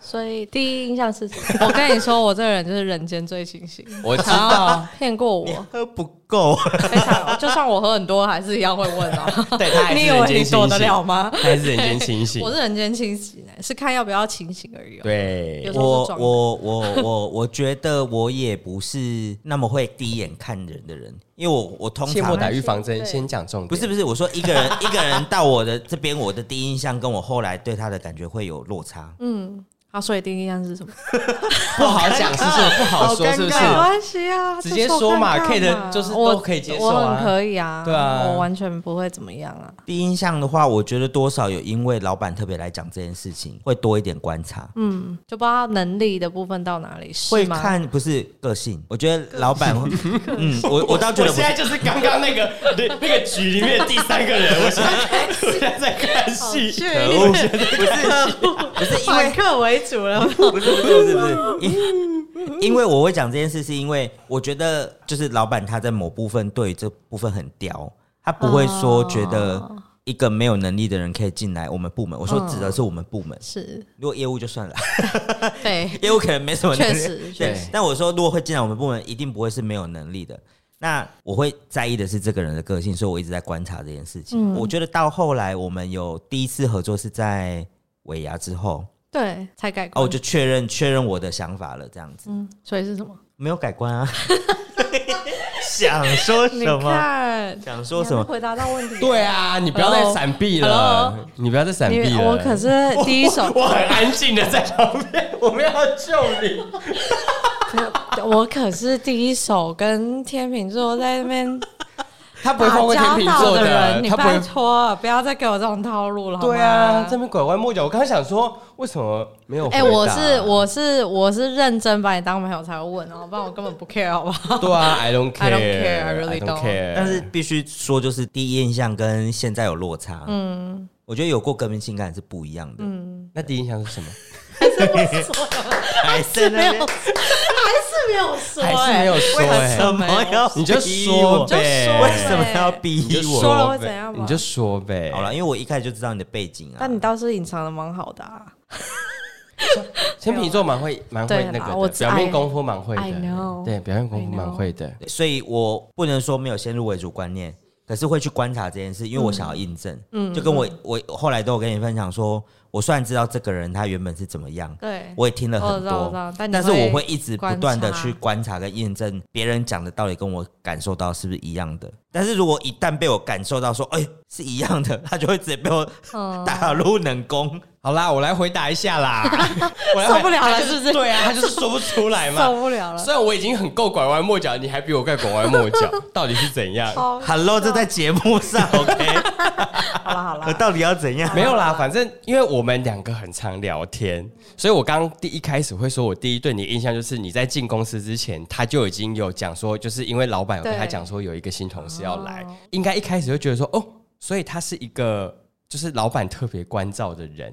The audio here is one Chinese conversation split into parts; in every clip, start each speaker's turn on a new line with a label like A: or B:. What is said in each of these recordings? A: 所以第一印象是什么？
B: 我跟你说，我这个人就是人间最清醒，
C: 我知
B: 道骗过
C: 你
B: 我，
C: 喝不够，
B: 非 常，就算我喝很多，还是一样会问啊。
C: 对他还
B: 你
C: 是
B: 以
C: 人
B: 为
C: 间
B: 你躲
C: 清
B: 得了
C: 醒，
B: 吗？
C: 他还是人间清醒
B: 我。是人间清醒、欸，是看要不要清醒而已、哦。
C: 对
B: 有时候
D: 我
B: 是装的
D: 我我我我觉得我也不是那么会第一眼看人的人，因为我我通
C: 切莫
D: 常
C: 打预防针，
A: 对
C: 先讲重点。
D: 啊不是不是，我说一个人 一个人到我的这边，我的第一印象跟我后来对他的感觉会有落差。
B: 嗯，好，所以第一印象是什么？
C: 不好讲，是不是？不好说，
D: 好尴尬
C: 是不是？
B: 没关系啊，
C: 直接说嘛
B: 就说看看
C: Kate 就是
B: 我
C: 都可以接受
B: 我
C: 啊
B: 很可以啊，
C: 对啊
B: 我完全不会怎么样啊。
D: 第一印象的话，我觉得多少有因为老板特别来讲这件事情，会多一点观察。
B: 嗯，就不知道能力的部分到哪里是
D: 会
B: 吗？
D: 看不是个性，我觉得老板，嗯，我我倒觉得不
C: 现
D: 是
C: 在就是刚刚那个那 那个局里面的第三个人，我 现在我现在在看戏，
B: 可
C: 恶
D: 不是因为
B: 反客为主了，
D: 不 是不是不是不是， 因因为我会讲这件事，是因为我觉得就是老板他在某部分对这部分很刁，他不会说觉得
B: 哦
D: 一个没有能力的人可以进来我们部门。我
B: 嗯
D: 说指的是我们部门，
B: 是
D: 如果业务就算了，
B: 对，
D: 业务可能没什么能力。
B: 确实
D: 对
B: 确
C: 实，
D: 但我说如果会进来我们部门，一定不会是没有能力的。那我会在意的是这个人的个性，所以我一直在观察这件事情。
B: 嗯
D: 我觉得到后来我们有第一次合作是在尾牙之后，
B: 对，才改
D: 哦，
B: 观。
D: 我就确认确认我的想法了，这样子。
B: 嗯，所以是什么？
D: 没有改观啊。想说
B: 你
D: 什么？
B: 看
D: 想说什么
B: 你还没？回答到问题？
C: 对啊，你不要再闪避了
B: Hello？，
C: 你不要再 闪
B: 你，
C: 避了。
B: 我可是第一手，
C: 我很安静的在旁边，我们要救你。
B: 我可是第一手跟天秤座在那边
C: 他不会
B: 打
C: 放过天
B: 交
C: 秤
B: 道
C: 座
B: 人，你
C: 他不
B: 拜
C: 会。
B: 托不要再给我这种套路了。好
C: 对啊
B: 吗，
C: 这边拐弯抹角。我刚刚想说，为什么没有？
B: 哎、我是，我是我是认真把你当朋友才会问哦，不然我根本不 care 好不好？
C: 对啊，I don't
B: I don't
C: care，I
B: care，I really
C: don't
B: don't
C: care。
D: 但是必须说，就是第一印象跟现在有落差。
B: 嗯
D: 我觉得有过革命情感是不一样的。
B: 嗯，
C: 那第一印象是什么？
D: 还
B: 是
D: 是
B: 没有，还是没有说、
C: 还是没有说？
D: 为
C: 哎
D: 什么要逼我？
C: 你就说
B: 就说
C: 呗，
D: 为什么要逼
C: 你就
D: 我？
B: 说了
C: 呗
B: 会怎样吗
C: 你就说呗。
D: 好了，，因为我一开始就知道你的背景啊。
B: 但你倒是隐藏的蛮好的、啊、
C: 天秤座蛮会蛮会
B: 对啦
C: 那个
B: 我
C: 的，表面
B: I-
C: 功夫蛮会
B: I
C: 的，
B: know
C: 对，表面功
B: I
C: 夫
B: know
C: 蛮会的。
D: 对所以我不能说没有先入为主观念，可是会去观察这件事，因为我想要印证。嗯，就跟我我后来都有跟你分享说，我虽然知道这个人他原本是怎么样，
B: 对，
D: 我也听了很
B: 哦我知道我知
D: 多
B: 道，但你
D: 但是
B: 会
D: 我会一直不
B: 观
D: 断的
B: 察
D: 去观察跟验证别人讲的道理跟我感受到是不是一样的。但是如果一旦被我感受到说，哎、是一样的， 他就会直接被我
B: 嗯，
D: 打入冷宫。
C: 好啦，我来回答一 下啦，我来回
B: 受不了了
C: 他就是
B: 不是
C: 对啊，他就是说不出来嘛。
B: 受不 了了。
C: 虽然我已经很够拐弯抹角，你还比我更拐弯抹 角，到底是怎样？
B: 好
D: Hello，这在节 目上，OK，
B: 好了好
D: 我
B: 了，
D: 到底要怎样？
C: 没有啦，反正因为我们两个很常聊天，所以我刚第一开始会说，我第一对你的印象就是你在进公司之前，他就已经有讲说，就是因为老板有跟
B: 对
C: 他讲说有一个新同事要来
B: 哦，
C: 应该一开始就觉得说哦，所以他是一个就是老板特别关照的人，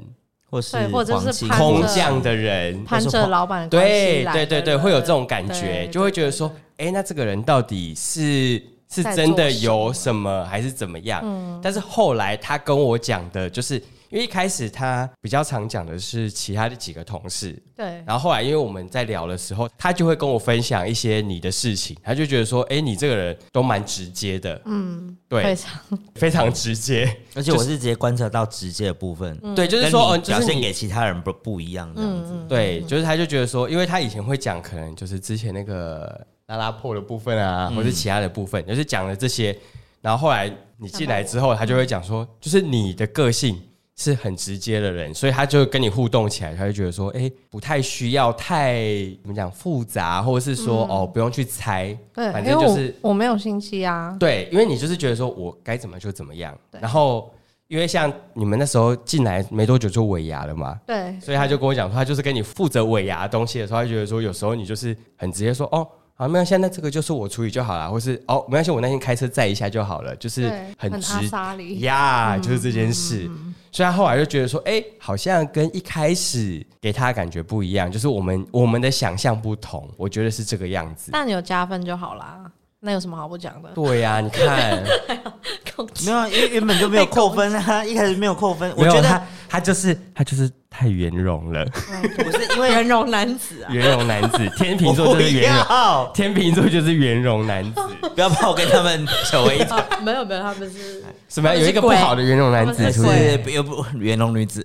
D: 或是啊
B: 对或者是
D: 黄金
B: 攀
C: 空
B: 着
C: 降的人，
B: 攀着老板的关系
C: 对
B: 来
C: 对对对，会有这种感
B: 对
C: 觉，
B: 对
C: 就会觉得说，哎、那这个人到底是是
B: 在
C: 真的
B: 做什
C: 有
B: 么嗯
C: 什么，还是怎么样？但是后来他跟我讲的，就是因为一开始他比较常讲的是其他的几个同事，
B: 对，
C: 然后后来因为我们在聊的时候，他就会跟我分享一些你的事情，他就觉得说，哎、你这个人都蛮直接的，
B: 嗯，非
C: 对，
B: 常
C: 非常直接，
D: 而且我是直接观察到直接的部分，
B: 嗯
C: 对，就是
D: 跟你
C: 说，哦，就
D: 表
C: 是
D: 现
C: 你
D: 给其他人不不一样这样子。
C: 对，
B: 嗯
C: 就是他就觉得说，因为他以前会讲，可能就是之前那个拉拉破的部分啊，
B: 嗯
C: 或者其他的部分，就是讲了这些，然后后来你进来之后，他就会讲说，就是你的个性是很直接的人，所以他就跟你互动起来，他就觉得说，哎、不太需要太怎么讲复杂，或者是说、哦，不用去猜，
B: 嗯对，
C: 反
B: 因
C: 正
B: 为
C: 就是
B: 我我没有心机啊，
C: 对，因为你就是觉得说我该怎么就怎么样，
B: 对
C: 然后因为像你们那时候进来没多久就尾牙了嘛，
B: 对，
C: 所以他就跟我讲说，他就是跟你负责尾牙的东西的时候，他就觉得说，有时候你就是很直接说，哦，好，没有，现在这个就是我处理就好了，或是哦，没关系，我那天开车载一下就好了，就是
B: 对，
C: 很
B: 很
C: 直
B: 阿莎莉，
C: 呀就是这件事。所以他后来就觉得说，哎、好像跟一开始给他的感觉不一样，就是我们我们的想象不同，我觉得是这个样子。
B: 但有加分就好啦，那有什么好不讲 的？
C: 对呀、你看，
D: 没有啊，因为原本就没有扣分啊，一开始没有扣分。我觉
C: 没有他
D: 得
C: 他就是他就是太圆融了，
D: 不是因为
B: 圆融男子 啊，
C: 圆融男子，天秤座就是圆融，
D: 要，
C: 天秤座就是圆融男子，
D: 不要把 我跟他们成为一
B: 啊没有没有，他们 是
C: 什么
B: 他们
C: 有
B: 是
C: 一个不
B: 鬼
C: 好的圆融男
B: 他
C: 子
B: 们
C: 是
B: 是
C: 不是？
D: 是又不 圆融女子，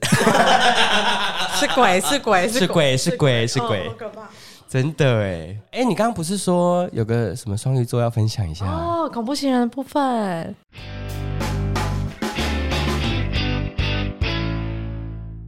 B: 是鬼是鬼哦
C: 是鬼是鬼是鬼，
B: 可怕
C: 真的哎哎，你刚刚不是说有个什么双鱼座要分享一下？
B: 哦！恐怖情人的部分，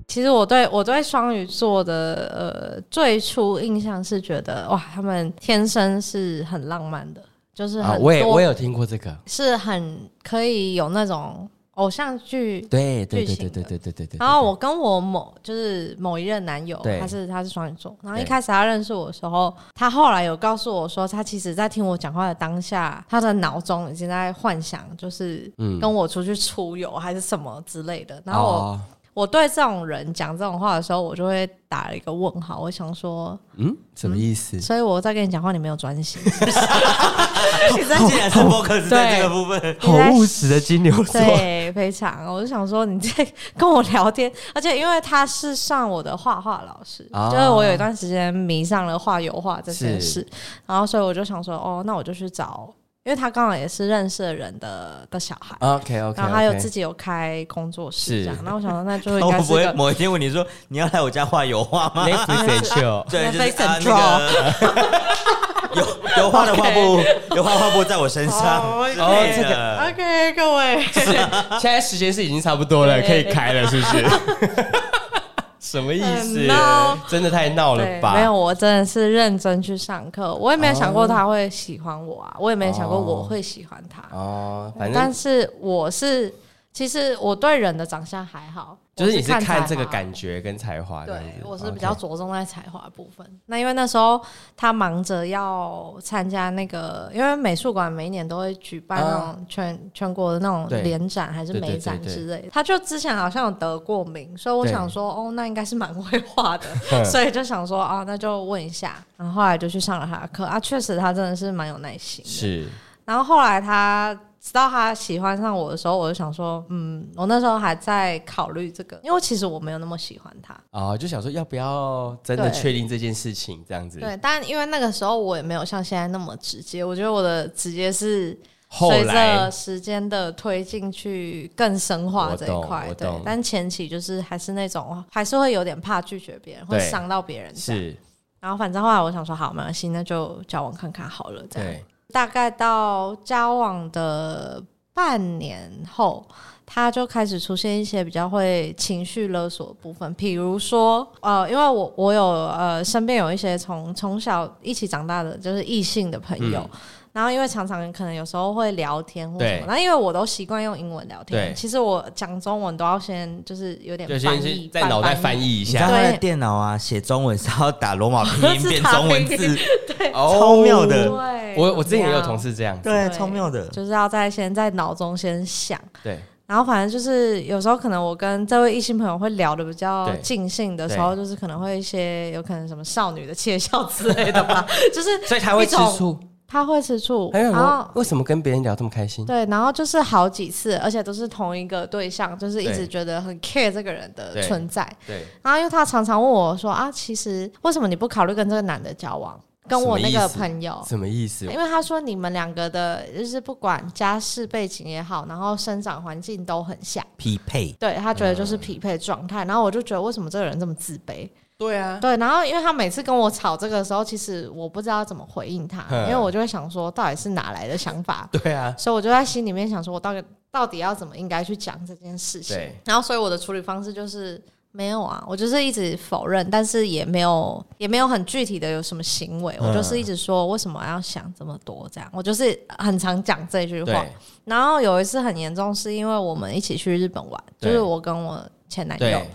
B: 其实我对我对双鱼座的呃最初印象是觉得哇，他们天生是很浪漫的，就是
C: 啊，
B: 很
C: 我也
B: 多
C: 我也有听过这个，
B: 是很可以有那种偶像剧
C: 对对
B: 巨
C: 对
B: 型
C: 对对
B: 的
C: 对对对对。
B: 然后我跟我某就是某一任男友
C: 对，
B: 他是他是双鱼座。然后一
C: 对
B: 开始他认识我的时候，他后来有告诉我说，他其实在听我讲话的当下，他的脑中已经在幻想，就是
C: 嗯
B: 跟我出去出游还是什么之类的。然后我、
C: 哦
B: 我对这种人讲这种话的时候，我就会打了一个问号，我想说，
C: 嗯，什么意思？
B: 所以我在跟你讲话，你没有专 心，
D: 现在
B: 哦
D: 竟然是 focus 在这个部 分，
C: 好务实的金牛座，
B: 对，非常。我就想说你在跟我聊天，而且因为他是上我的画画老师，
C: 啊
B: 就是我有一段时间迷上了画油画这件
C: 是
B: 事，然后所以我就想说，哦，那我就去找，因为他刚好也是认识的人的的小孩。
C: OK 哦 OK，
B: 然后他有自己有开工作室
C: 是
B: 这样，然后我想说那就应
D: 我
B: 该是
D: 不会
B: 个
D: 某一天问你说你要来我家画油画吗？
C: Netflix and chill，
D: 对，就是啊
B: Netflix and
D: 那个 油油画的 画布，油画画布在我身 上。
C: 哦这个
D: 个
B: OK 各位，
C: 现在时间是已经差不多了，可以
B: 对
C: 开了，是不是？ 什么意思
B: 很闹？
C: 真的太闹了
B: 对，
C: 吧？
B: 没有，我真的是认真去上课，我也没有想过他会喜欢我啊，我也没有想过我会喜欢他，
C: 哦，反
B: 但
C: 正
B: 是我是，其实我对人的长相还好，
C: 就是你
B: 我
C: 是看这个感
B: 觉。
C: 觉跟才华这
B: 对
C: 样子，，
B: 我是
C: OK
B: 比 较着重在才华的部分。那因为那时候他忙着要参加那个，因为美术馆每一年都会举办那种全、全国的那种
C: 啊对
B: 联展还是
C: 对对
B: 美展
C: 对对
B: 之类的。他就之前好像有得过名，所以我
C: 对
B: 想说，哦，那应该是蛮会画 的。
C: 嗯
B: 所以就想说啊，那就问一下，然后后来就去上了他的课啊，确实他真的是蛮有耐心的。
C: 是
B: 然后后来他知道他喜欢上我的时候，我就想说，嗯，我那时候还在考虑这个，因为其实我没有那么喜欢他。
C: 哦，就想说要不要真的
B: 对
C: 确定这件事情这样子？
B: 对，但因为那个时候我也没有像现在那么直接，我觉得我的直接是
C: 后
B: 随
C: 来
B: 着时间的推进去更深化这一块
C: 我懂我。
B: 对
C: 懂，
B: 但前期就是还是那种还是会有点怕拒绝别人，会
C: 对
B: 伤到别人这样。
C: 是，
B: 然后反正后来我想说，好，没关系，那就交往看看好了，这样。
C: 对，
B: 大概到交往的半年后，他就开始出现一些比较会情绪勒索的部分，比如说，呃，因为我我有呃身边有一些从从小一起长大的就是异性的朋友。然后，因为常常可能有时候会聊天或什
C: 嗯对
B: 么，那因为我都习惯用英文聊
C: 对
B: 天，其实我讲中文都要先就是有点
C: 就
B: 翻
C: 先
B: 译
C: 先，在脑袋
B: 半
C: 翻译一
D: 你知道
C: 下
D: 他的
B: 哦对
D: 电脑啊，写中文是要打罗马拼音
B: 是
D: 变
B: 打
D: 中文
B: 拼
D: 字，
C: 哦
D: 超妙的
B: 对，
C: 我我之前也有
B: 怎么样
C: 同事这样子，
D: 对，
B: 对
D: 超妙的。
B: 就是要在先在脑中先想，
C: 对，
B: 然后反正就是有时候可能我跟这位异性朋友会聊的比较
C: 对
B: 尽兴的时候，就是可能会一些有可能什么少女的窃笑之类的 吧，就是
C: 所以他会
B: 一
C: 吃
B: 种
C: 醋，
B: 他会吃醋，
C: 还有
B: 然后
C: 说为什么跟别人聊这么开心？
B: 对，然后就是好几次，而且都是同一个对象，就是一
C: 对
B: 直觉得很 care 这个人的
C: 对
B: 存在。
C: 对，
B: 然后因为他常常问我说啊，其实为什么你不考虑跟这个男的交往，跟我那
C: 什么
B: 个
C: 意思
B: 朋友？
C: 什么意思？
B: 因为他说你们两个的，就是不管家世背景也好，然后生长环境都很像，
D: 匹配，
B: 对他觉得就是
C: 嗯
B: 匹配状态，然后我就觉得为什么这个人这么自卑？
C: 对啊，
B: 对，然后因为他每次跟我吵这个的时候，其实我不知道怎么回应他，
C: 嗯
B: 因为我就会想说到底是哪来的想法，
C: 对啊，
B: 所以我就在心里面想说，我到底到底要怎么应该去讲这件事情
C: 对？
B: 然后所以我的处理方式就是。没有啊，我就是一直否认，但是也没有也没有很具体的有什么行为，我
C: 嗯
B: 就是一直说为什么要想这么多这样，我就是很常讲这句话。
C: 对
B: 然后有一次很严重，是因为我们一起去日本玩，
C: 对
B: 就是我跟我前男友
C: 对，，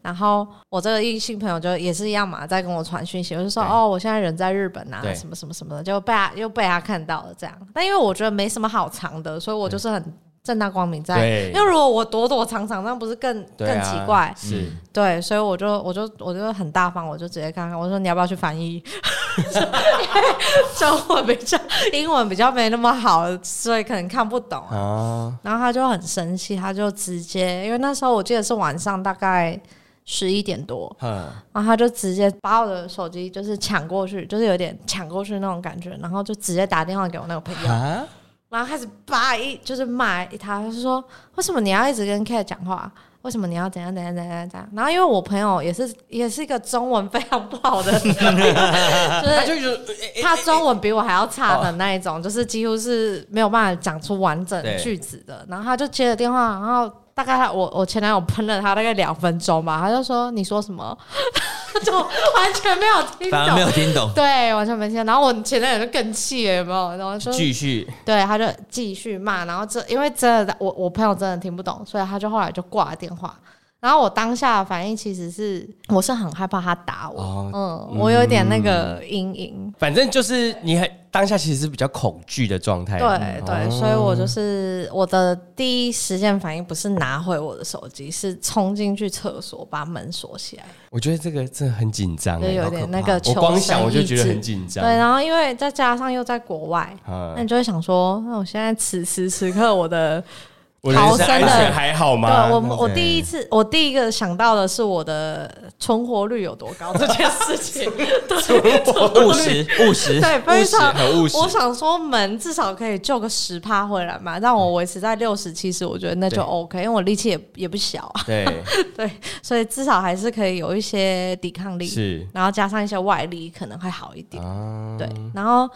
B: 然后我这个异性朋友就也是一样嘛，在跟我传讯息，我就说
C: 对
B: 哦，我现在人在日本啊
C: 对，
B: 什么什么什么的，就被他又被他看到了这样。但因为我觉得没什么好藏的，所以我就是很正大光明在。嗯
C: 对
B: 因为如果我躲躲藏藏，那不是更、
C: 对
B: 更
C: 啊
B: 奇怪？
C: 是
B: 对，所以我就我就我就很大方，我就直接看看，我说你要不要去翻译？ 中文比较英文比较没那么好，所以可能看不懂啊。
C: 啊，
B: 然后他就很生气，他就直接，因为那时候我记得是晚上大概十一点多，
C: 嗯，
B: 然后他就直接把我的手机就是抢过去，就是有点抢过去那种感觉，然后就直接打电话给我那个朋友，
C: 啊，
B: 然后开始叭一就是骂一他，他就说为什么你要一直跟 Kate 讲话？为什么你要怎样怎样怎样怎样？然后因为我朋友也是也是一个中文非常不好的， 就是
C: 他就觉得哎
B: 他中文比我还要差的那一种，就是几乎是没有办法讲出完整句子的。然后他就接了电话，然后大概他我我前男友喷了他大概两分钟吧，他就说你说什么， 他就完全没有听
D: 反而没有
B: 懂，
D: 听懂。
B: 对，完全没听懂。然后我前男友就更气了，有没有？然后说
C: 继续
B: 对，他就继续骂，然后这因为真的我我朋友真的听不懂，所以他就后来就挂了电话。然后我当下的反应其实是我是很害怕他打我，
C: 哦
B: 嗯，我有点那个阴影。
C: 反正就是你很当下其实是比较恐惧的状态，嗯哦
B: 对对，所以我就是我的第一时间反应不是拿回我的手机，是冲进去厕所把门锁起来，
C: 我觉得这个真的很紧张，
B: 就
C: 哎
B: 有
C: 好可
B: 点
C: 怕
B: 那个
C: 我
B: 求
C: 光
B: 生
C: 想我就
B: 意
C: 觉得
B: 志
C: 很紧张，
B: 对，然后因为再加上又在国外，那
C: 啊嗯，
B: 你就会想说，那我现在此时此刻我的，
C: 我人
B: 逃
C: 身
B: 生
C: 安
B: 的
C: 全还好
B: 对啊
C: 吗？
B: 我我第一次我第一个想到的是我的存活率有多高这件事情，
D: 务实 务实，
B: 对，
C: 务
B: 非
C: 实
B: 常
C: 很务实，
B: 我想说门至少可以救个十趴回来嘛，让我维持在六十七十，我觉得那就
C: 嗯对
B: OK，因为我力气也也不小啊，
C: 对，
B: 对，所以至少还是可以有一些抵抗力，
C: 是
B: 然后加上一些外力可能会好一点。
C: 啊，
B: 对，然后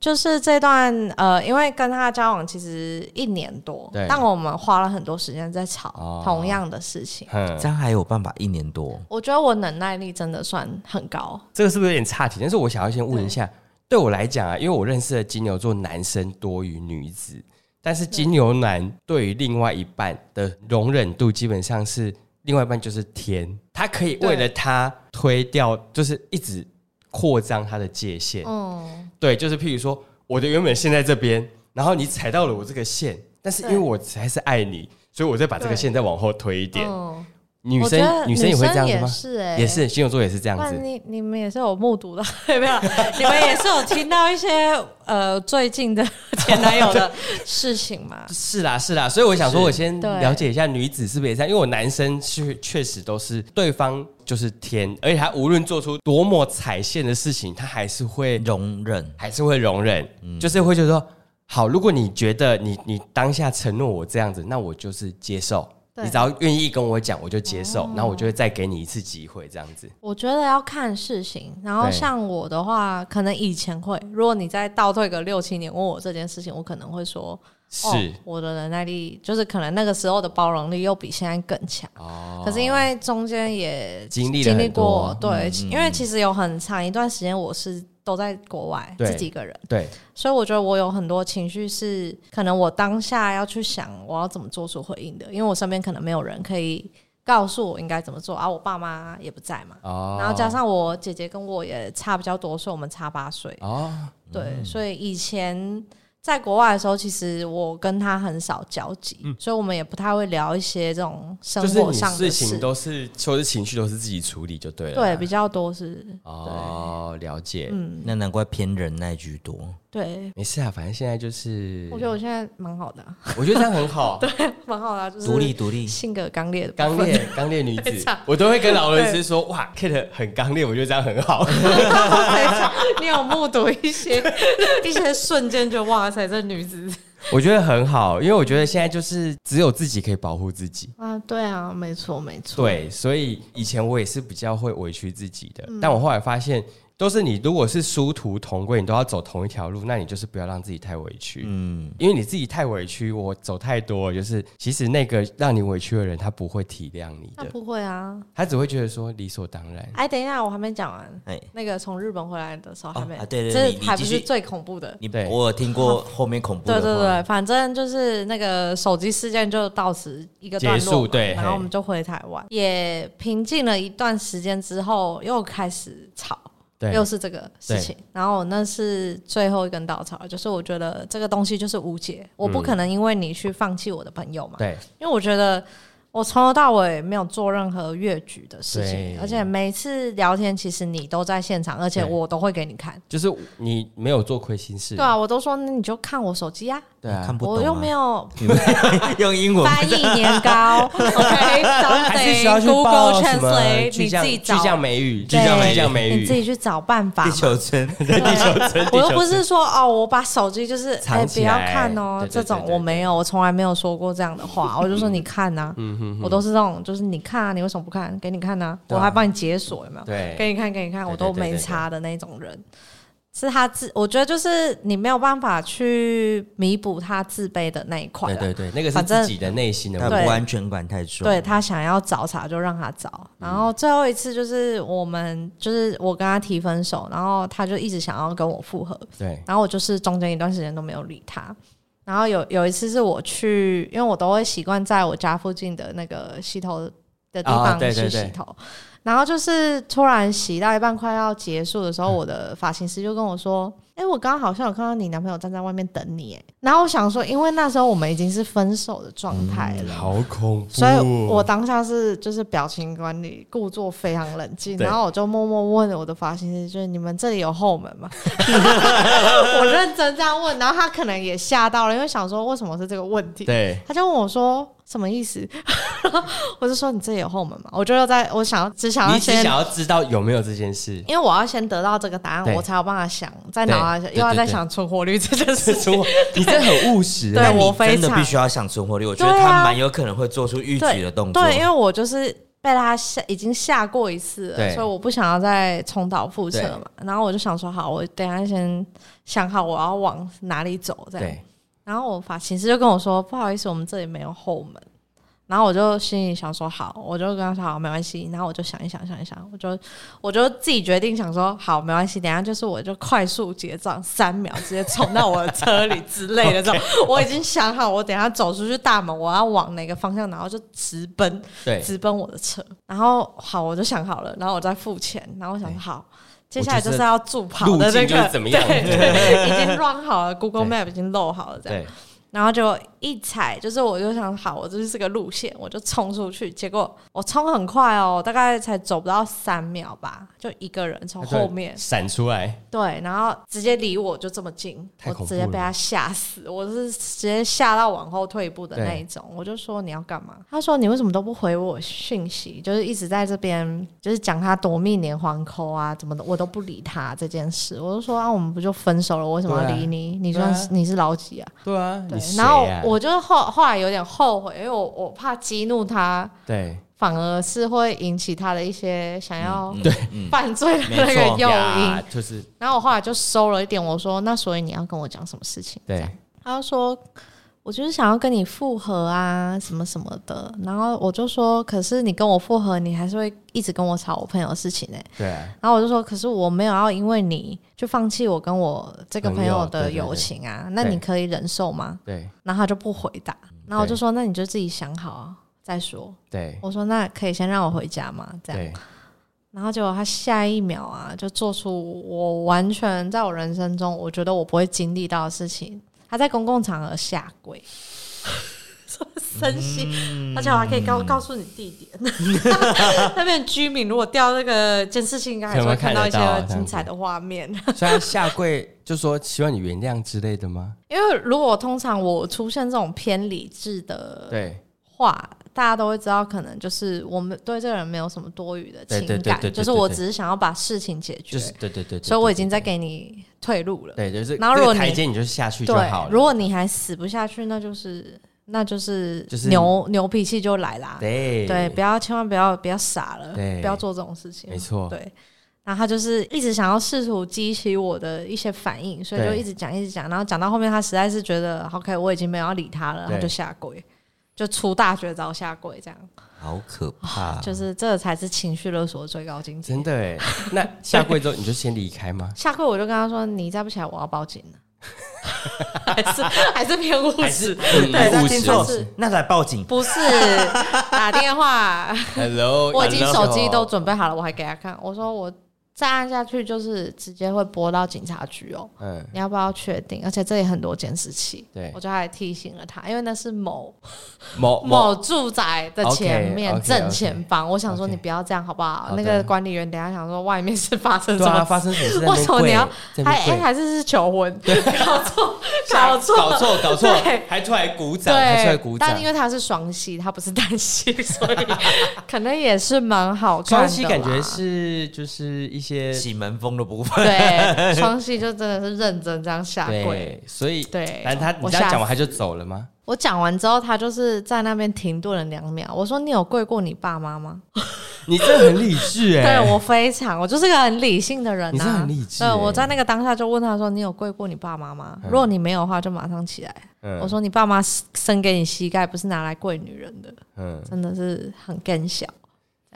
B: 就是这段呃，因为跟他交往其实一年多
C: 对，
B: 但我们花了很多时间在
C: 哦
B: 吵同样的事情。
C: 嗯
D: 这，样还有办法一年多。
B: 我觉得我能耐力真的算很高，
C: 这个是不是有点差题？但是我想要先问一下，对我来讲啊，因为我认识的金牛座男生多于女子，但是金牛男对于另外一半的容忍度基本上是另外一半就是天，他可以为了他推掉，就是一直扩张他的界限。
B: 嗯，
C: 对，就是譬如说我的原本线在这边，然后你踩到了我这个线，但是因为
B: 对
C: 我实在是爱你，所以我再把这个
B: 对
C: 线再往后推一点。
B: 嗯，
C: 女
B: 我觉
C: 生
B: 得
C: 女
B: 女
C: 生也会这样子吗？
B: 是哎、
C: 也。是，金牛座也是这样
B: 不
C: 子
B: 然。你你们也是有目睹的， 没有啦？你们也是有听到一些呃最近的前男友 的事情嘛？
C: 是啦，是啦，所以我想说，
D: 是
C: 我先
B: 对
C: 了解一下女子是不是也这样，因为我男生确确实都是对方就是天，而且他无论做出多么踩线的事情，他还是会
D: 容忍，
C: 还是会容忍，就是会觉得说，好，如果你觉得你你当下承诺我这样子，那我就是接受，
B: 对哦
C: 你只要愿意跟我讲，我就接受，然后我就会再给你一次机会，这样子。
B: 我觉得要看事情，然后
C: 对
B: 像我的话，可能以前会，如果你再倒退个六七年问我这件事情，我可能会说，哦
C: 是，
B: 我的忍耐力，就是可能那个时候的包容力又比现在更强。
C: 哦，
B: 可是因为中间也
C: 经历了
B: 经历
C: 很
B: 过
C: 多，，嗯
B: 对，因为其实有很长一段时间我是都在国外
C: 对
B: 自己一个人，
C: 对，
B: 所以我觉得我有很多情绪是可能我当下要去想我要怎么做出回应的，因为我身边可能没有人可以告诉我应该怎么做，而、啊我爸妈也不在嘛。
C: 哦，
B: 然后加上我姐姐跟我也差比较多岁，我们差八岁，
C: 哦，
B: 对，所以以前在国外的时候，其实我跟她很少交集，所以我们也不太会聊一些这种生
C: 就是
B: 活
C: 你
B: 上的
C: 事情都是，所有的情绪都是自己处理就对了。啊
B: 对，比较多是，
C: 哦，了解。
B: 嗯，
D: 那难怪偏忍耐居多。
B: 对，
C: 没事啊，反正现在就是，
B: 我觉得我现在蛮好的啊、
C: 我觉得这样很好，
B: 蛮好的啊、就是
D: 独立独立，
B: 性格刚烈的部分
C: 刚 烈刚烈女
B: 非
C: 子
B: 常，
C: 我都会跟劳伦斯说，哇，Kate 很刚烈，我觉得这样很好。
B: 非常你有目睹一些一些瞬间，就哇塞，这女子
C: 我觉得很好，因为我觉得现在就是只有自己可以保护自己。
B: 啊，对啊，没错没错，
C: 对，所以以前我也是比较会委屈自己的，
B: 嗯
C: 但我后来发现，都是你如果是殊途同归，你都要走同一条路，那你就是不要让自己太委屈。
D: 嗯，
C: 因为你自己太委屈，我走太多，就是其实那个让你委屈的人，他不会体谅你
B: 那
C: 的，
B: 不会啊，
C: 他只会觉得说理所当然。
B: 哎，等一下，我还没讲完。
D: 哎，
B: 那个从日本回来的时候还没，
D: 哦啊对对你
B: 这
D: 你
B: 还
D: 继
B: 不
D: 续
B: 是最恐怖的。
D: 你
C: 对
D: 我有听过后面恐怖的
B: 对
D: 话，
B: 对对，反正就是那个手机事件就到此一个段
C: 结
B: 落
C: 束
B: 嘛，
C: 对
B: 然
C: 嘿
B: 后我们就回台湾，也平静了一段时间之后，又开始吵，
C: 对，
B: 又是这个事情。然后我那是最后一根稻草，就是我觉得这个东西就是无解，我不可能因为你去放弃我的朋友嘛，
C: 嗯对，
B: 因为我觉得我从头到尾没有做任何越矩的事情
C: 对，
B: 而且每次聊天其实你都在现场，而且
C: 对
B: 我都会给你看。
C: 就是你没有做亏心事，
B: 对啊，我都说那你就看我手机啊，
C: 对
D: 看
C: 啊，
D: 不懂、啊，
B: 我又没有
D: 用英文
B: 翻译年 糕，OK，
C: 还是需要
B: something
C: 去报
B: 啊 Google
C: 什么
B: Translate，
C: 巨
B: 你
C: 匠
B: 自己
C: 巨
B: 找
C: 匠。美语，巨
B: 对
C: 匠巨匠美
B: 你自
C: 语，
B: 己去找办法
D: 地
B: 嘛。
D: 球村，
B: 对， 我又不是说哦，我把手机就是哎、
C: 藏
B: 不
C: 起
B: 要
C: 来
B: 看哦
C: 对，对
B: 这种
C: 对对
B: 我没有，我从来没有说过这样的话，我就说你看呐、我都是这种，就是你看啊，你为什么不看？给你看呐、
C: 嗯对啊
B: 我还帮你解锁有没有？
C: 对
B: 给你看，给你看，
C: 对
B: 我都没差的那种人。是他自，我觉得就是你没有办法去弥补他自卑的那一块啊
C: 对
B: 啦。
C: 对对，那个是
B: 反正
C: 自己的内心的
D: 他
C: 问
D: 不
C: 题，
B: 对
D: 安全感太重。
B: 对，他想要找茬就让他找，然
C: 嗯
B: 后最后一次就是我们就是我跟他提分手，然后他就一直想要跟我复合，
C: 对
B: 然后我就是中间一段时间都没有理他。然后有有一次是我去，因为我都会习惯在我家附近的那个洗头的地
C: 啊
B: 方
C: 对对
B: 去洗
C: 对
B: 头。然后就是突然洗到一半快要结束的时
C: 嗯
B: 候，我的发型师就跟我说：“哎、我刚刚好像有看到你男朋友站在外面等你。”哎，然后我想说，因为那时候我们已经是分手的状态了，
C: 好恐怖哦
B: 所以我当下是就是表情管理，故作非常冷静，
C: 对
B: 然后我就默默问了我的发型师，就是你们这里有后门 吗？ 我认真这样问，然后他可能也吓到了，因为想说为什么是这个问题，
C: 对
B: 他就问我说什么意思， 我就说你这里有后门吗？我就要在我想要只想要
C: 你只
B: 先
C: 想。要知道有没有这件事，
B: 因为我要先得到这个答案，
C: 对
B: 我才有办法想在脑海
C: 对
B: 又要
C: 对
B: 在
C: 对
B: 想存活率这件事
C: 这
B: 情。
C: 种你真的很务实
B: 对
C: 欸，
D: 但你
B: 我非
D: 真的
B: 常
D: 必须要想存活率，我觉
B: 对
D: 得他
B: 啊
D: 蛮有可能会做出逾
B: 对
D: 矩的动作。
B: 对，因为我就是被他吓，已经吓过一次了，
C: 对
B: 所以我不想要再重蹈覆辙嘛。然后我就想说，好，我等一下先想好我要往哪里走，这样。
C: 对
B: 然后我发型师就跟我说，不好意思，我们这里没有后门。然后我就心里想说，好，我就跟他说好，没关系。然后我就想一想，想一想，我就我就自己决定想说，好，没关系，等一下就是我就快速结账三秒，直接冲到我的车里之类的这 种。我已经想好，我等一下走出去大门，我要往哪个方向，然后就直奔
C: 对，
B: 直奔我的车。然后好，我就想好了，然后我再付钱。然后我想
C: 对
B: 好，接下来
C: 哎就
B: 就是是要助跑
C: 路
B: 的
C: 径
B: 那
C: 就是
B: 个，
C: 怎么样
B: 对，对 已经 run 好了，Google
C: 对
B: Map 已经漏好了，这样。
C: 对
B: 然后就一踩，就是我就想，好，我这是个路线，我就冲出去。结果我冲很快哦，大概才走不到三秒吧，就一个人从
C: 他就
B: 后面
C: 闪出来，
B: 对，然后直接离我就这么近，
C: 太
B: 我
C: 恐怖
B: 直接被他吓死，我是直接吓到往后退一步的那一种。我就说你要干嘛？他说你为什么都不回我讯息？就是一直在这边，就是讲他夺命连环扣啊，怎么的，我都不理他这件事。我就说啊，我们不就分手了，我为什么要
C: 对啊
B: 理你？你
C: 对啊
B: 算是、你是老几啊？
C: 对啊，
B: 对
C: 你，谁
B: 然后
C: 啊
B: 我就后后来有点后悔，因为我我怕激怒他，
C: 对
B: 反而是会引起他的一些想要
D: 对，嗯，
B: 犯罪的
D: 没
B: 那个
D: 错
B: 诱因
C: 呀。就是
B: 然后我后来就收了一点，我说那所以你要跟我讲什么事情？
C: 对
B: 他就说我就是想要跟你复合啊，什么什么的。然后我就说，可是你跟我复合，你还是会一直跟我吵我朋友的事情呢、
C: 对啊，
B: 然后我就说，可是我没有要因为你就放弃我跟我这个朋友的
C: 朋哦友对对对
B: 友情啊，那你可以忍受吗？
C: 对
B: 然后他就不回答。然后我就说：“那你就自己想好啊，再说。
C: 对”
B: 我说：“那可以先让我回家吗？”这样。
C: 对，
B: 然后结果他下一秒啊，就做出我完全在我人生中我觉得我不会经历到的事情，他在公共场合下跪， 生气，
C: 嗯
B: 而且我还可以告告诉你地点， 那边居民如果调那个监视器，应该还是会看到一
C: 可能会
B: 些
C: 看得到啊
B: 精彩的画面。
C: 虽然下跪就说希望你原谅之类的吗？
B: 因为如果通常我出现这种偏理智的
C: 对
B: 话，大家都会知道，可能就是我们对这个人没有什么多余的
C: 对对
B: 情
C: 对对对
B: 感，就是
C: 对
B: 我
C: 对
B: 只是想要把事情解决，
C: 就是对对对，对
B: 所以我已经
C: 对
B: 在给你退路了。
C: 对，就是
B: 然后如果
C: 这个台
B: 你
C: 阶你就下去就好
B: 对，
C: 了，
B: 如果你还死不下去，那就是那就是
C: 就是
B: 牛牛脾气就来啦。
C: 对
B: 对，不要千万不要不要傻了，
C: 对
B: 不要做这种事情。
C: 没错
B: 对。然后他就是一直想要试图激起我的一些反应，所以就
C: 对
B: 一直讲一直讲，然后讲到后面他实在是觉得 OK，我已经没有要理他了，
C: 对
B: 他就下跪，就出大绝招下跪这样。
D: 好可
C: 啊
D: 怕。
B: 就是这才是情绪勒索的最高境界。
C: 真的哎，那下跪之后你就先离开吗？
B: 下跪我就跟他说：“你再不起来，我要报警 了。”还是还是偏务
C: 还
B: 实
C: 是，
D: 对，
C: 嗯
D: 他
C: 务
D: 听
C: 实
D: 错
C: 务实
D: 哦那来报警。
B: 不是打电话，
C: ？Hello，
B: 我已经
C: hello
B: 手机都准备好了，我还给他看，我说我再按下去就是直接会拨到警察局哦。
C: 嗯，
B: 你要不要确定？而且这里很多监视器，
C: 对
B: 我就还提醒了他，因为那是某
C: 某
B: 某
C: 某
B: 住宅的前面
C: OK，OK，OK
B: 正前方。我想说
C: OK
B: 你不要这样好不好
C: 好？
B: 那
C: 的
B: 个管理员等一下想说外面是发生什
C: 对啊，
B: 么
C: 发
B: 事，
C: 生什么事在那
B: 为什么你
C: 边跪
B: 要还
C: 在那边
B: 哎
C: 跪
B: 还是是求婚，搞错 搞错
C: 搞错搞错
B: 对，
C: 还出来鼓掌，还出
B: 对
C: 来鼓，掌
B: 但。因为他是双膝，他不是单膝， 所以可能也是蛮好看的
C: 双
B: 啦。
C: 膝感觉是就是一些
D: 洗门风的部分，
B: 对，双膝就真的是认真这样下跪。
C: 对，所以
B: 对
C: 但他你
B: 我
C: 这样
B: 吓
C: 讲完
B: 死
C: 他就走了吗？
B: 我讲完之后，他就是在那边停顿了两秒。我说：“你有跪过你爸妈吗
C: 你这很理？”智哎、
B: 对我非常，我就是个很理性的人
C: 你是
B: 啊。
C: 很理智
B: 对，
C: 欸
B: 我在那个当下就问他说：“你有跪过你爸妈吗？”如果你没有的话，就马上起来。
C: 嗯
B: 我说：“你爸妈生给你膝盖，不是拿来跪女人的，
C: 嗯，
B: 真的是很更小。”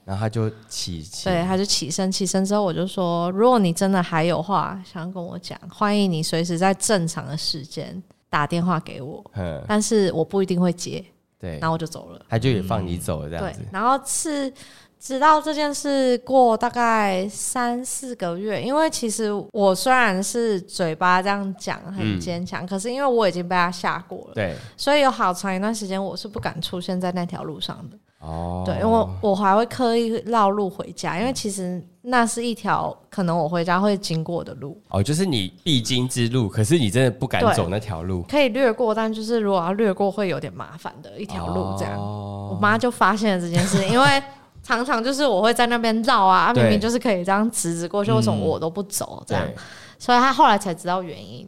C: 然后他就起起，嗯
B: 对，他就起身，起身之后我就说，如果你真的还有话想要跟我讲，欢迎你随时在正常的时间打电话给我，
C: 嗯，
B: 但是我不一定会接，
C: 对
B: 然，后我就走了。
C: 他就也放你走了这样
B: 对
C: 子，，
B: 然后是直到这件事过大概三四个月，因为其实我虽然是嘴巴这样讲很
C: 嗯
B: 坚强，可是因为我已经被他吓过了，
C: 对，
B: 所以有好长一段时间我是不敢出现在那条路上的。
C: 哦，
B: 对，因为我我还会刻意绕路回家，因为其实那是一条可能我回家会经过的路，
C: 哦，就是你必经之路，可是你真的不敢
B: 对
C: 走那条路，
B: 可以略过，但就是如果要略过会有点麻烦的一条路这样。我
C: 哦，
B: 妈就发现了这件事，因为常常就是我会在那边绕啊，啊
C: 对
B: 明明就是可以这样直直过去，为什么我都不走这样？所以她后来才知道原因。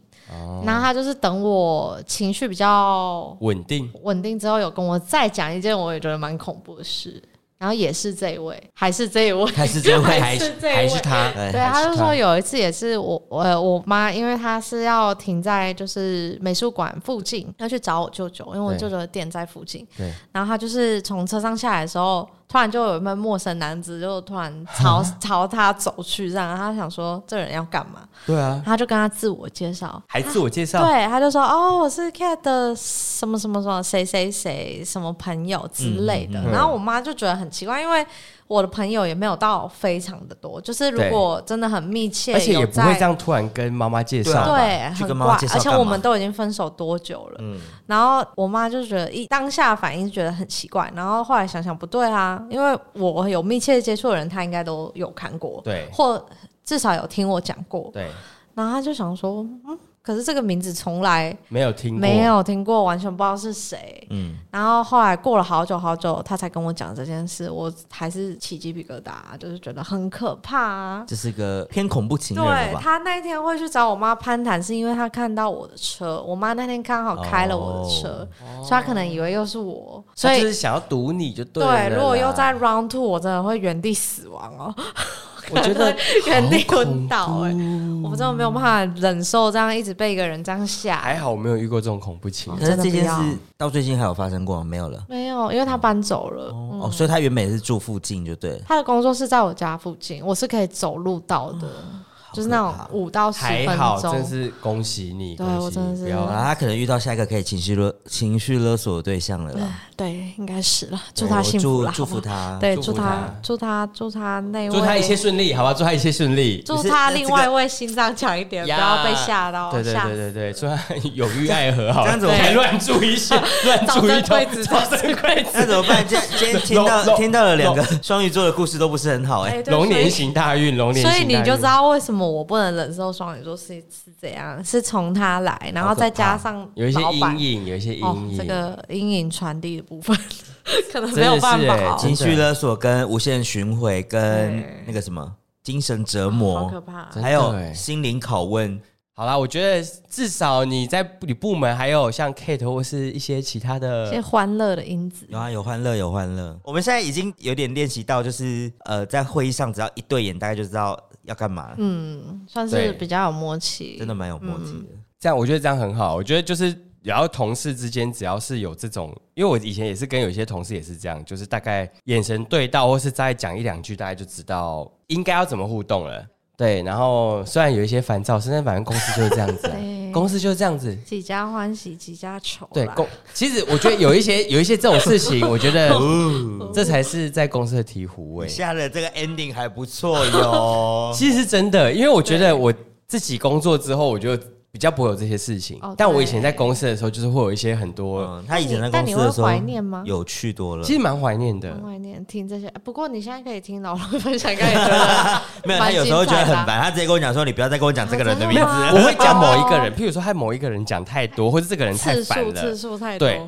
B: 然后她就是等我情绪比较
C: 稳定，
B: 稳定之后，有跟我再讲一件我也觉得蛮恐怖的事，然后也是这一位，还是这一位，
D: 还是这位，
B: 还
D: 还
B: 是
D: 是
B: 这一位
D: 还是他，
B: 对，
D: 哎
B: 他
D: 还是
B: 就说有一次也是我我呃我妈，因为她是要停在就是美术馆附近，要去找我舅舅，因为我
C: 对
B: 舅舅的店在附近。
C: 对，
B: 然后她就是从车上下来的时候，突然就有一位陌生男子就突然朝朝她走去，这样，然后她想说这人要干嘛？
C: 对啊，
B: 她就跟他自我介绍，
C: 还自我介绍，
B: 对，他就说哦，我是 Cat 的什么什么什么谁谁谁什么朋友之类的。
C: 嗯嗯
B: 然后我妈就觉得很奇怪，因为我的朋友也没有到非常的多，就是如
C: 对
B: 果真的很密切，
C: 而且也
B: 有
C: 不
B: 在
C: 会这样突然跟妈妈介
D: 对
C: 绍
D: 啊
C: 吧，
B: 对，
D: 去
B: 很
D: 跟妈
B: 怪
D: 妈介。绍
B: 而且
D: 干
B: 我
D: 嘛
B: 们都已经分手多久了？
D: 嗯
B: 然后我妈就觉得一当下反应觉得很奇怪，然后后来想想不对啊，因为我有密切接触的人，她应该都有看过，
C: 对
B: 或至少有听我讲过。
C: 对，
B: 然后她就想说，嗯，可是这个名字从来。
C: 没有听过，
B: 没，有听过，完全不知道是谁。
D: 嗯，
B: 然后后来过了好久好久，他才跟我讲这件事，我还是起鸡皮疙瘩，就是觉得很可怕啊。
D: 这是个偏恐怖情人了
B: 对
D: 吧？
B: 他那一天会去找我妈攀谈，是因为他看到我的车，我妈那天刚好开了我的车，所以他可能以为又是我，所
C: 哦他
B: 以
C: 就是想要堵你就对了
B: 对，
C: 啦
B: 如果又在 round two，我真的会原地死亡哦，
C: 我觉得
B: 原地
C: 好
B: 昏倒
C: 恐
B: 哎、我真的没有办法忍受这样一直被一个人这样吓，
C: 还好我没有遇过这种恐怖情人，
D: 可是这
B: 真的
D: 件
B: 不要
D: 事到最近还有发生过吗没有了？
B: 没有，因为他搬走了。
D: 哦，所以他原本也是住附近，就对了。
B: 他的工作室在我家附近，我是可以走路到的，
C: 哦
B: 就是那种五到哦十
C: 还
B: 分
C: 好，真
B: 钟。
C: 是恭喜你，
B: 对
C: 恭喜你
B: 我真的是
C: 不
D: 好
C: 要
D: 啦，他可能遇到下一个可以情绪勒情绪勒索的对象了啦。
B: 对，应该是了，祝
D: 对
B: 他
D: 我
B: 幸福
D: 祝
B: 啦，
D: 祝福
B: 好不好。
D: 他。
B: 对，
C: 祝
B: 祝
C: 福
B: 他
C: 他，
B: 祝他，祝他那位，
C: 祝他一切顺利，好吧？祝他一切顺 利。
B: 祝
D: 不是
B: 他
D: 那
B: 另
D: 这
B: 外一
D: 个
B: 位心脏强一点，不
C: 呀
B: 要被吓到，
C: 对对
B: 吓
C: 对
B: 死。
C: 对对，祝他有遇爱河好了，
D: 这样子我
C: 还乱注意一些，乱
B: 早
C: 注
B: 生
C: 意到
B: 贵子，早 生贵
D: 那
B: 子。
D: 怎么办？今天 今天听
C: No, no,
D: 到听到了两个 双鱼座的故事都不是很好哎、
B: 哎对
C: 龙年
B: 所
C: 行大运，龙
B: 以
C: 年
B: 所
C: 行
B: 以你就知
C: 大运。
B: 道为什么我不能忍受双鱼座是是怎样，是从他来，然后
D: 好可
B: 再加
D: 怕
B: 上
C: 有一些
B: 老板
C: 阴影，有一些阴
B: 哦，
C: 影，
B: 这个阴影传递的部分 可能
C: 真
B: 没有
C: 的是
B: 办法
C: 欸
B: 哦，
D: 情绪勒索、跟无限巡回、
B: 对
D: 跟那个什么精神折
B: 好可
D: 磨，
B: 怕。
C: 真的
D: 还有
C: 欸
D: 心灵拷问，
C: 好啦，我觉得至少你在你部门还有像 Kate 或是一些其他
B: 一些
C: 的，
B: 欢乐的因子。
D: 有啊，有欢乐，有欢乐。我们现在已经有点练习到，就是呃，在会议上只要一对眼，大概就知道要干嘛，
B: 嗯，算是
C: 对
B: 比较有默契，
D: 真的蛮有默契
B: 嗯
D: 的。
C: 这样我觉得这样很好。我觉得就是然后同事之间只要是有这种，因为我以前也是跟有一些同事也是这样，就是大概眼神对到或是再讲一两句，大概就知道应该要怎么互动了。对，然后虽然有一些烦躁，但是反正公司就是这样子、啊
B: 对，
C: 公司就是这样子。
B: 几家欢喜几家愁。
C: 对， 公其实我觉得有一些有一些这种事情，我觉得呃这才是在公司的醍醐味。。
D: 下了这个 ending 还不错哟
C: 其实是真的，因为我觉得我自己工作之后，我就比较不会有这些事情
B: 哦。
C: 但我以前在公司的时候，就是会有一些很多，
D: 嗯，他以前在
B: 但
D: 公
B: 你
D: 司的
B: 会
D: 时候
B: 怀念吗
D: 有趣多了
C: 其。实蛮怀念的
B: 很。怀念听这些，哎不过你现在可以听老罗分享，应该也觉 得
D: 没有，他有时候觉得很烦，他直接跟我讲说：“你不要再跟我讲这个人的名字。
B: 啊啊真的吗
C: 我会讲某一个人，譬如说他某一个人讲太多，或者这个人太
B: 哦次
C: 烦
B: 数次
C: 了，
B: 数太多，
C: 对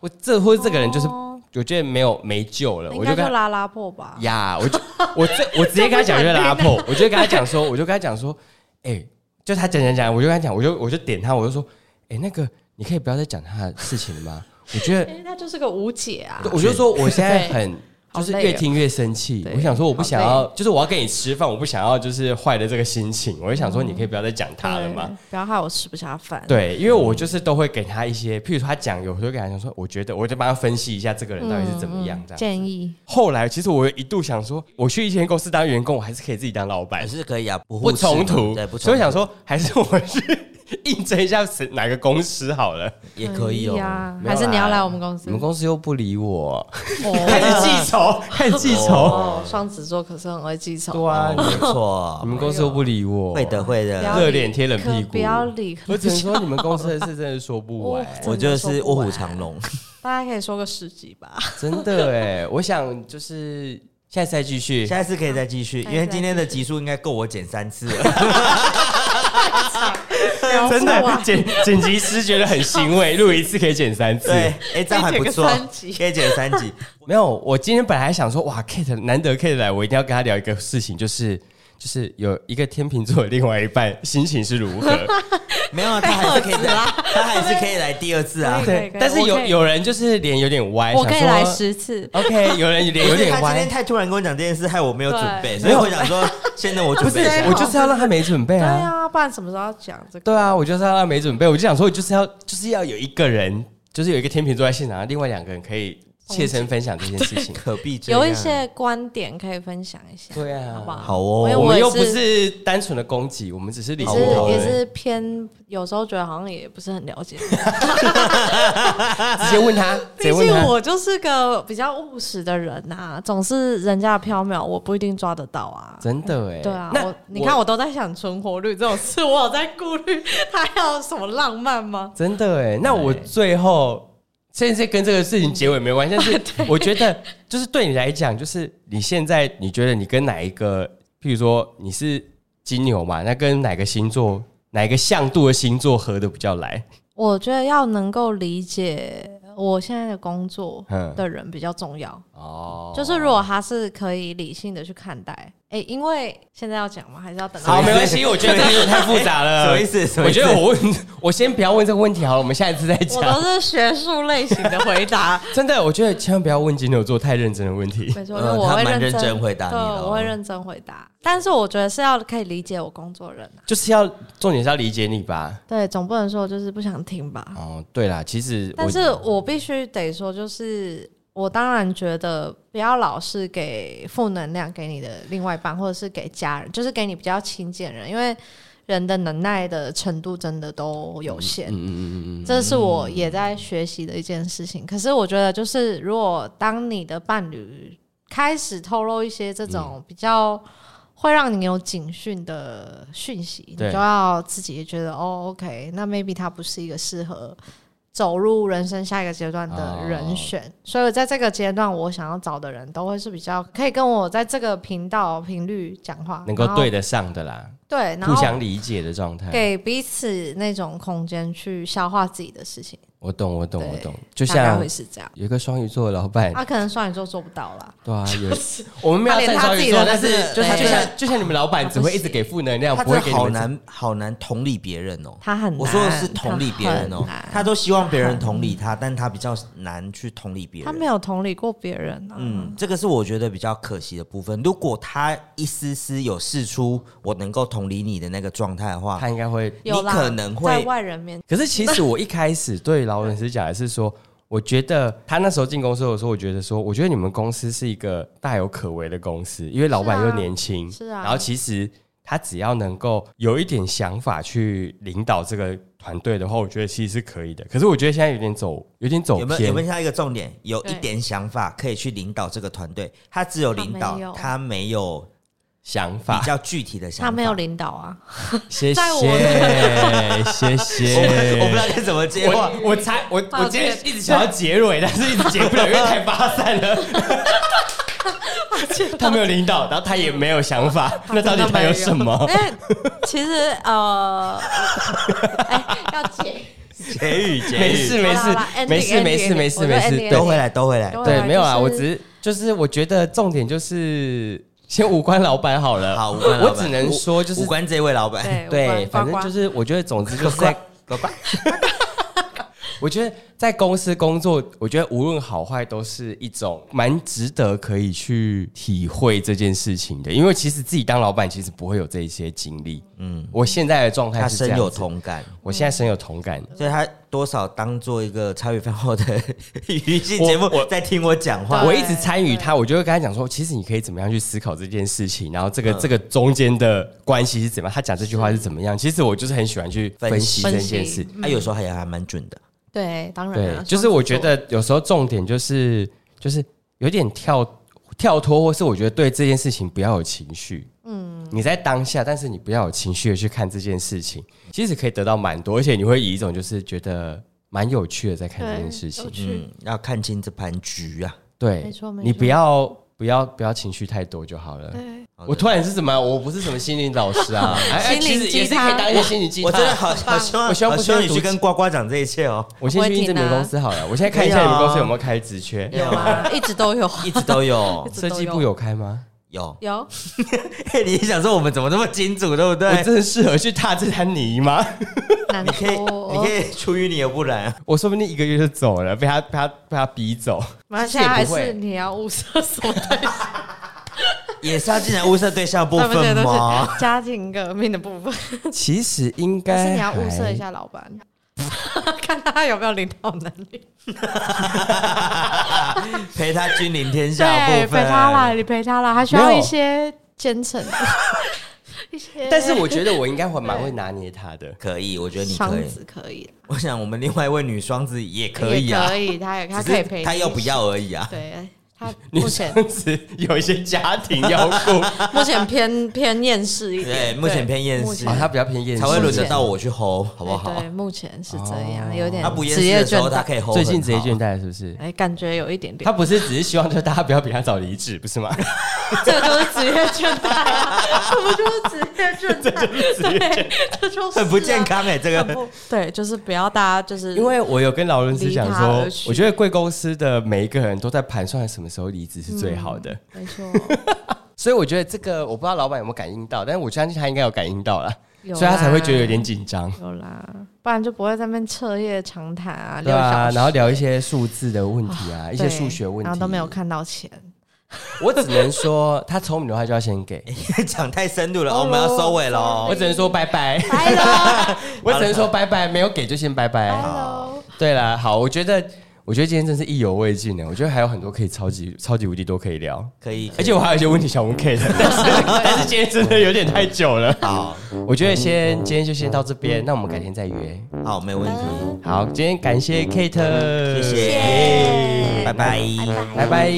C: 我这或者这个人就是
B: 哦
C: 我觉得没有没救了，
B: 那应
C: 我就
B: 该
C: 跟
B: 就
C: 他
B: 拉拉破吧。
C: 呀，我就我这我直接跟他讲就 是拉破，我就跟他讲说，我就跟他讲说，哎、就他讲讲讲，我就跟他讲，我就我就点他，我就说，哎、那个你可以不要再讲他的事情了吗？我觉得
B: 哎、那就是个无解啊！
C: 我就说我现在
B: 对
C: 很。
B: 好
C: 就是
B: 累
C: 越
B: 哦
C: 听越生气，
B: 对
C: 我想说我不想
B: 好
C: 要，就是我要跟你吃饭，我不想要就是坏了这个心情，我就想说你可以不要再讲他了嘛。
B: 对？不要害我吃不下饭。，
C: 对，因为我就是都会给他一些，譬如说他讲，有时候给他讲说，我觉得我就帮他分析一下这个人到底是怎么样这样。
B: 建议
C: 后来其实我一度想说，我去一间公司当员工，我还是可以自己当老板
D: 还，是可以啊，不互
C: 不
D: 斥
C: 冲突。
D: 对，不
C: 所
D: 冲
C: 以我想
D: 突
C: 说，还是我去应征一下是哪个公司好了。
D: 也可以哦。
B: 呀
C: 啊没有啦
B: 还是你要来我们公司？
C: 你们公司又不理我， 开
B: 哦
C: 始记仇，开始记仇。
B: 哦，双子座可是很会记仇，
C: 对啊
D: 哦，没
C: 你
D: 错，
C: 们公司又不理我，
D: 会的，。会
B: 不要
D: 的。
C: 热脸贴冷屁股
B: 可不要理。哦
C: 我只能说，你们公司的事真的说不完，
D: 我就是卧虎藏龙，
B: 大家可以说个十集吧。
C: 真的哎。我想就是下次再继续。
D: 下一次可以再继续，因为今天的集数应该够我剪三次了。
C: 真的剪剪辑师觉得很欣慰，录一次可以剪三次。
D: 对，哎，这样还不错
B: 可以剪个三集，
D: 可以剪三集。
C: 没有，我今天本来想说，哇，Kate 难得 Kate 来，我一定要跟他聊一个事情，就是就是有一个天秤座的另外一半心情是 如何。
D: 没有，啊，他还是可以来，他还是可以来第二次啊。
B: 可以可以
C: 但是有
B: 我可以
C: 有人就是脸有点歪，
B: 我可以
C: 想说
B: 来十次。
C: OK，有人脸有
D: 有点
C: 点
D: 他今
C: 歪
D: 天，太突然跟我讲这件事，害我没有准备，
B: 对
D: 所以我想说，现在我
C: 不
D: 准
C: 是
D: 备一下。
C: 我就是要让他没准备
B: 对
C: 啊。
B: 啊，不然什么时候要讲这个？
C: 对啊，我就是要让他没准备，我就想说，我就是要就是要有一个人，就是有一个天秤座在现场，另外两个人可以切身分享这件事情。
D: 可避这样
B: 有一些观点可以分享一下，
C: 对啊
B: 好不好？
D: 好哦
B: 因为
C: 我们
B: 也
C: 又不是单纯的攻击，我们只是理
B: 也
C: 性讨
B: 是也
C: 论，
B: 是偏，有时候觉得好像也不是很了 解。
C: 啊直接问 他，直
B: 毕
C: 接问
B: 竟
C: 他。
B: 我就是个比较务实的人呐、总是人家的缥缈，我不一定抓得到啊。
C: 真的哎，
B: 对啊，
C: 那
B: 我你看我都在想存活率这种事，我有在顾虑他要什么浪漫吗？
C: 真的哎，那我最后虽然这跟这个事情结尾没关系，但 是我觉得就是对你来讲，就是你现在你觉得你跟哪一个，譬如说你是金牛嘛，那跟哪个星座、哪一个向度的星座合的比较来？
B: 我觉得要能够理解我现在的工作
C: 嗯
B: 的人比较重要。
C: 哦，
B: 就是如果他是可以理性的去看待，哎、因为现在要讲吗？还是要等到
C: 好，没关系，我觉得这个太复杂
B: 呃
C: 了，
D: 什么意思什么
C: 我
D: 意思
C: 觉得我问，我先不要问这个问题好了，我们下一次再
B: 我都
C: 讲。啊
B: 是学术类型 的回答，
C: 真的，我觉得千万不要问金牛座太认真的问 题。
B: 没错，因
D: 呃
B: 为我会
D: 他蛮
B: 认
D: 认真回答你
B: 对，
D: 了哦
B: 我会认真回答。但是我觉得是要可以理解我工作的人啊，
C: 就是要重点是要理解你吧。
B: 对，总不能说我就是不想听吧。
C: 哦，对啦，其实
B: 但是我必须得说，就是我当然觉得不要老是给负能量给你的另外一半，或者是给家人，就是给你比较亲近的人，因为人的能耐的程度真的都有限。
C: 嗯嗯嗯嗯，
B: 这是我也在学习的一件事情。可是我觉得，就是如果当你的伴侣开始透露一些这
C: 嗯
B: 种比较会让你有警讯的讯息，你
C: 对
B: 就要自己觉得哦，OK，那 maybe 他不是一个适合。走入人生下一个阶段的
C: 啊
B: 人选，所以在这个阶段，我想要找的人都会是比较可以跟我在这个频道频率讲话，
C: 能够
B: 然后
C: 对得上的啦，
B: 对，哦然
C: 互
B: 后
C: 相理解的状态。
B: 给彼此那种空间去消化自己的事情。
C: 我懂，我懂，
B: 对
C: 我懂。就
B: 大概
C: 像
B: 会是这样。
C: 有一个双鱼座的老板
B: 他、，可能双鱼座做不到啦。
C: 对啊，有我们没有
B: 他连
C: 站
B: 他
C: 双
B: 自
C: 鱼
B: 己
C: 座，
B: 都
C: 但
B: 不
C: 是
B: 是
C: 就是
B: 对
C: 就像就像你们老板只会一直给负能量，
D: 他
C: 不
D: 真
C: 会给
D: 的
C: 你
D: 好
C: 们正。
D: 难好难同理别人哦。
B: 他很难，
D: 我说的是同理别人哦
B: 他很，难
D: 他都希望别人同理他，但他比较难去同理别
B: 他
D: 人
B: 没。有同理过别人啊。
D: 嗯，这个是我觉得比较可惜的部分。如果他一丝丝有试出我能够同理你的那个状态的话，
C: 他应该会。
B: 有啦
D: 你可能会
B: 在外人面前，
C: 可是其实我一开始对劳伦斯讲的是说，我觉得他那时候进公司的时候，我觉得说，我觉得你们公司是一个大有可为的公司，因为老板
B: 是啊
C: 又年轻，
B: 是啊
C: 然后其实他只要能够有一点想法去领导这个团队的话，我觉得其实是可以的。可是我觉得现在有点走，有点走
D: 有没有有
C: 偏
D: 没有。像一个重点？有一
B: 对
D: 点想法可以去领导这个团队，他只有
B: 他
D: 领
B: 没
D: 导，
B: 有
D: 他没有
C: 想法
D: 比。较具体的想法。
B: 他没有领导啊，
C: 谢
B: 在我
C: 谢，谢谢。
D: 我不 我不知道该怎么接话。
C: 我我才我
B: 抱
C: 我今天
B: 歉
C: 一直想要结尾，但是一直结不了，因为太发散了。 他没有领导，然后他也没有想法，那到底他有 什么
B: 因？为哎其实呃，哎、要解
D: 结语结
C: 没
D: 语，
C: 事没
B: 好
C: 事
B: 啦好啦
C: 没事
B: ending，
C: 没事
B: ending，
C: 没事
B: 我觉
C: 没
B: 得
C: 事，
B: ending，
C: 对
B: ending
D: 都回来都回来。
B: 都
C: 对，
B: 啊
C: 没有啦，
B: 就是
C: 我只是就是我觉得重点就是先无关老板好了。
D: 好，无关老
C: 我
D: 板
C: 只能说就是
D: 无关这位老板。
B: 对
C: 对，
B: 无关
C: 反
B: 呱
C: 正
B: 呱
C: 就是我觉得总之就是在
D: 呱呱，
C: 我觉得在公司工作，我觉得无论好坏都是一种蛮值得可以去体会这件事情的，因为其实自己当老板其实不会有这一些经历。嗯，我现在的状态
D: 他
C: 是这
D: 深
C: 样
D: 有
C: 子，
D: 同感，
C: 我现在深有同感。
D: 所以他多少当做一个茶余饭后的 语境节目
C: 我，
D: 在听我讲话。
C: 我一直参与他，我就会跟他讲说，其实你可以怎么样去思考这件事情，然后这个、这个中间的关系是怎么样，他讲这句话是怎么样。其实我就是很喜欢去分析这
D: 分
B: 析
C: 件事。
D: 他有时候还还蛮准的。
B: 对，当然
C: 对
B: 啊，
C: 就是我觉得有时候重点就是就是有点跳跳脱，或是我觉得对这件事情不要有情绪。嗯，你在当下，但是你不要有情绪的去看这件事情，其实可以得到蛮多，而且你会以一种就是觉得蛮有趣的在看这件事情。
B: 情，
D: 嗯，要看清这盘局啊。
C: 对，
B: 没错没错
C: 你不要不要不要情绪太多就好了。
D: 好的
C: 我突然是什么？我不是什么心灵老师 啊，哎哎
B: 心
C: 其
B: 灵
C: 实
B: 鸡
C: 也是可以
B: 汤
C: 当一个心灵鸡
D: 我
C: 汤
D: 真。的好好希望，
C: 我希望
D: 好
C: 不
D: 希望
C: 是
D: 你
C: 读
D: 去跟呱呱讲这一切哦，
C: 我先去应
B: 啊
C: 征你们公司好了，我现在看一下你
D: 啊
C: 们公司有没有开职缺。
B: 有啊，
C: 嗯
B: 一直 都有啊，
D: 一直都有
B: 一直
C: 设
B: 都
C: 计部有开吗？
D: 有。
B: 有，
D: 嘿你想说我们怎么那么金主，对不
C: 我
D: 对？
C: 真的适合去踏这滩泥吗？
B: 难
D: 你可以，你
B: 过
D: 可。以出淤泥而不染啊。
C: 我说不定一个月就走了，被他被他被他逼 走。
B: 马来西
C: 也
B: 亚
C: 不
B: 还
C: 会
B: 是你要物色什么的
D: 也是要进来物色对象的 部
B: 对不对？
D: 分
B: 都
D: 吗？
B: 是家庭革命的部分，
C: 其实应
B: 但
C: 该
B: 是你要物色一
C: 还。
B: 下老板， 看他有没有领导能力。
D: 陪他君临天下的
B: 对，
D: 部分，
B: 陪他啦，你陪他啦，他需要
C: 没有
B: 一些奸臣， 一些
C: 但是我觉得我应该会蛮会拿捏 他的。
D: 可以，我觉得你
B: 双
D: 可以。
B: 子可以，
D: 我想我们另外一位女双子也可以啊
B: 也可，以，他也他
D: 只是
B: 可以陪你，
D: 他要不要而已啊？
B: 对他
C: 女
B: 目前
C: 生子有一些家庭要顾，
B: 目前偏偏厌世一
D: 对，
B: 点，
D: 目前偏厌世
C: 哦，，他比较偏厌世，
D: 才会轮得到我去吼，好
B: 好
D: 不好
B: 对，？目前是这样，
C: 哦
B: 有点
D: 他不厌
B: 职
D: 世
B: 业
D: 的时
B: 倦
D: 候，他
B: 怠，
D: 可以吼很
C: 最
D: 好。
C: 近职业倦怠是不是？
B: 哎，感觉有一点点
C: 他，不是只是希望就是大家不要比他早离职，不是吗？
B: 这就是职业倦怠啊， 这不就是职业倦怠？对，这就是啊
D: 很不健，康哎，这
B: 很
D: 个
B: 不 对，就是不要大家就是
C: 因为我有跟劳伦斯讲
B: 离他
C: 说
B: 而，去
C: 我觉得贵公司的每一个人都在盘算什么时候离职是最好的，
B: 没 错，
C: 所以我觉得这个我不知道老板有没有感应到，但是我相信他应该有感应到了，
B: 有啦
C: 所以他才会觉得有点紧张。
B: 有啦，不然就不会在那边彻夜长谈啊，
C: 对
B: 六
C: 啊
B: 小，时
C: 然后聊一些数字的问题啊，一些
B: 对
C: 数学问题，
B: 然后都没有。看到钱，
C: 我只能说，他聪明的话就要先给，
D: 讲太深入了，哦我们要收尾
C: 我
D: 喽。
C: 只能说拜拜，
B: 拜喽，
C: 我只能说拜拜，没有给就先拜拜。
B: 拜喽，
C: 对啦，好，我觉得，我觉得今天真是意犹未尽欸呢。我觉得还有很多可以超级超级无敌多可以聊，
D: 可以，
C: 而且我还有一些问题想问 K 的，但是但是今天真的有点太久了。
D: 好
C: 我觉得先今天就先到这边，那我们改天再约。
D: 好没问题，
C: 好，今天感谢 Kate，
D: 谢谢，拜拜。
C: 拜拜。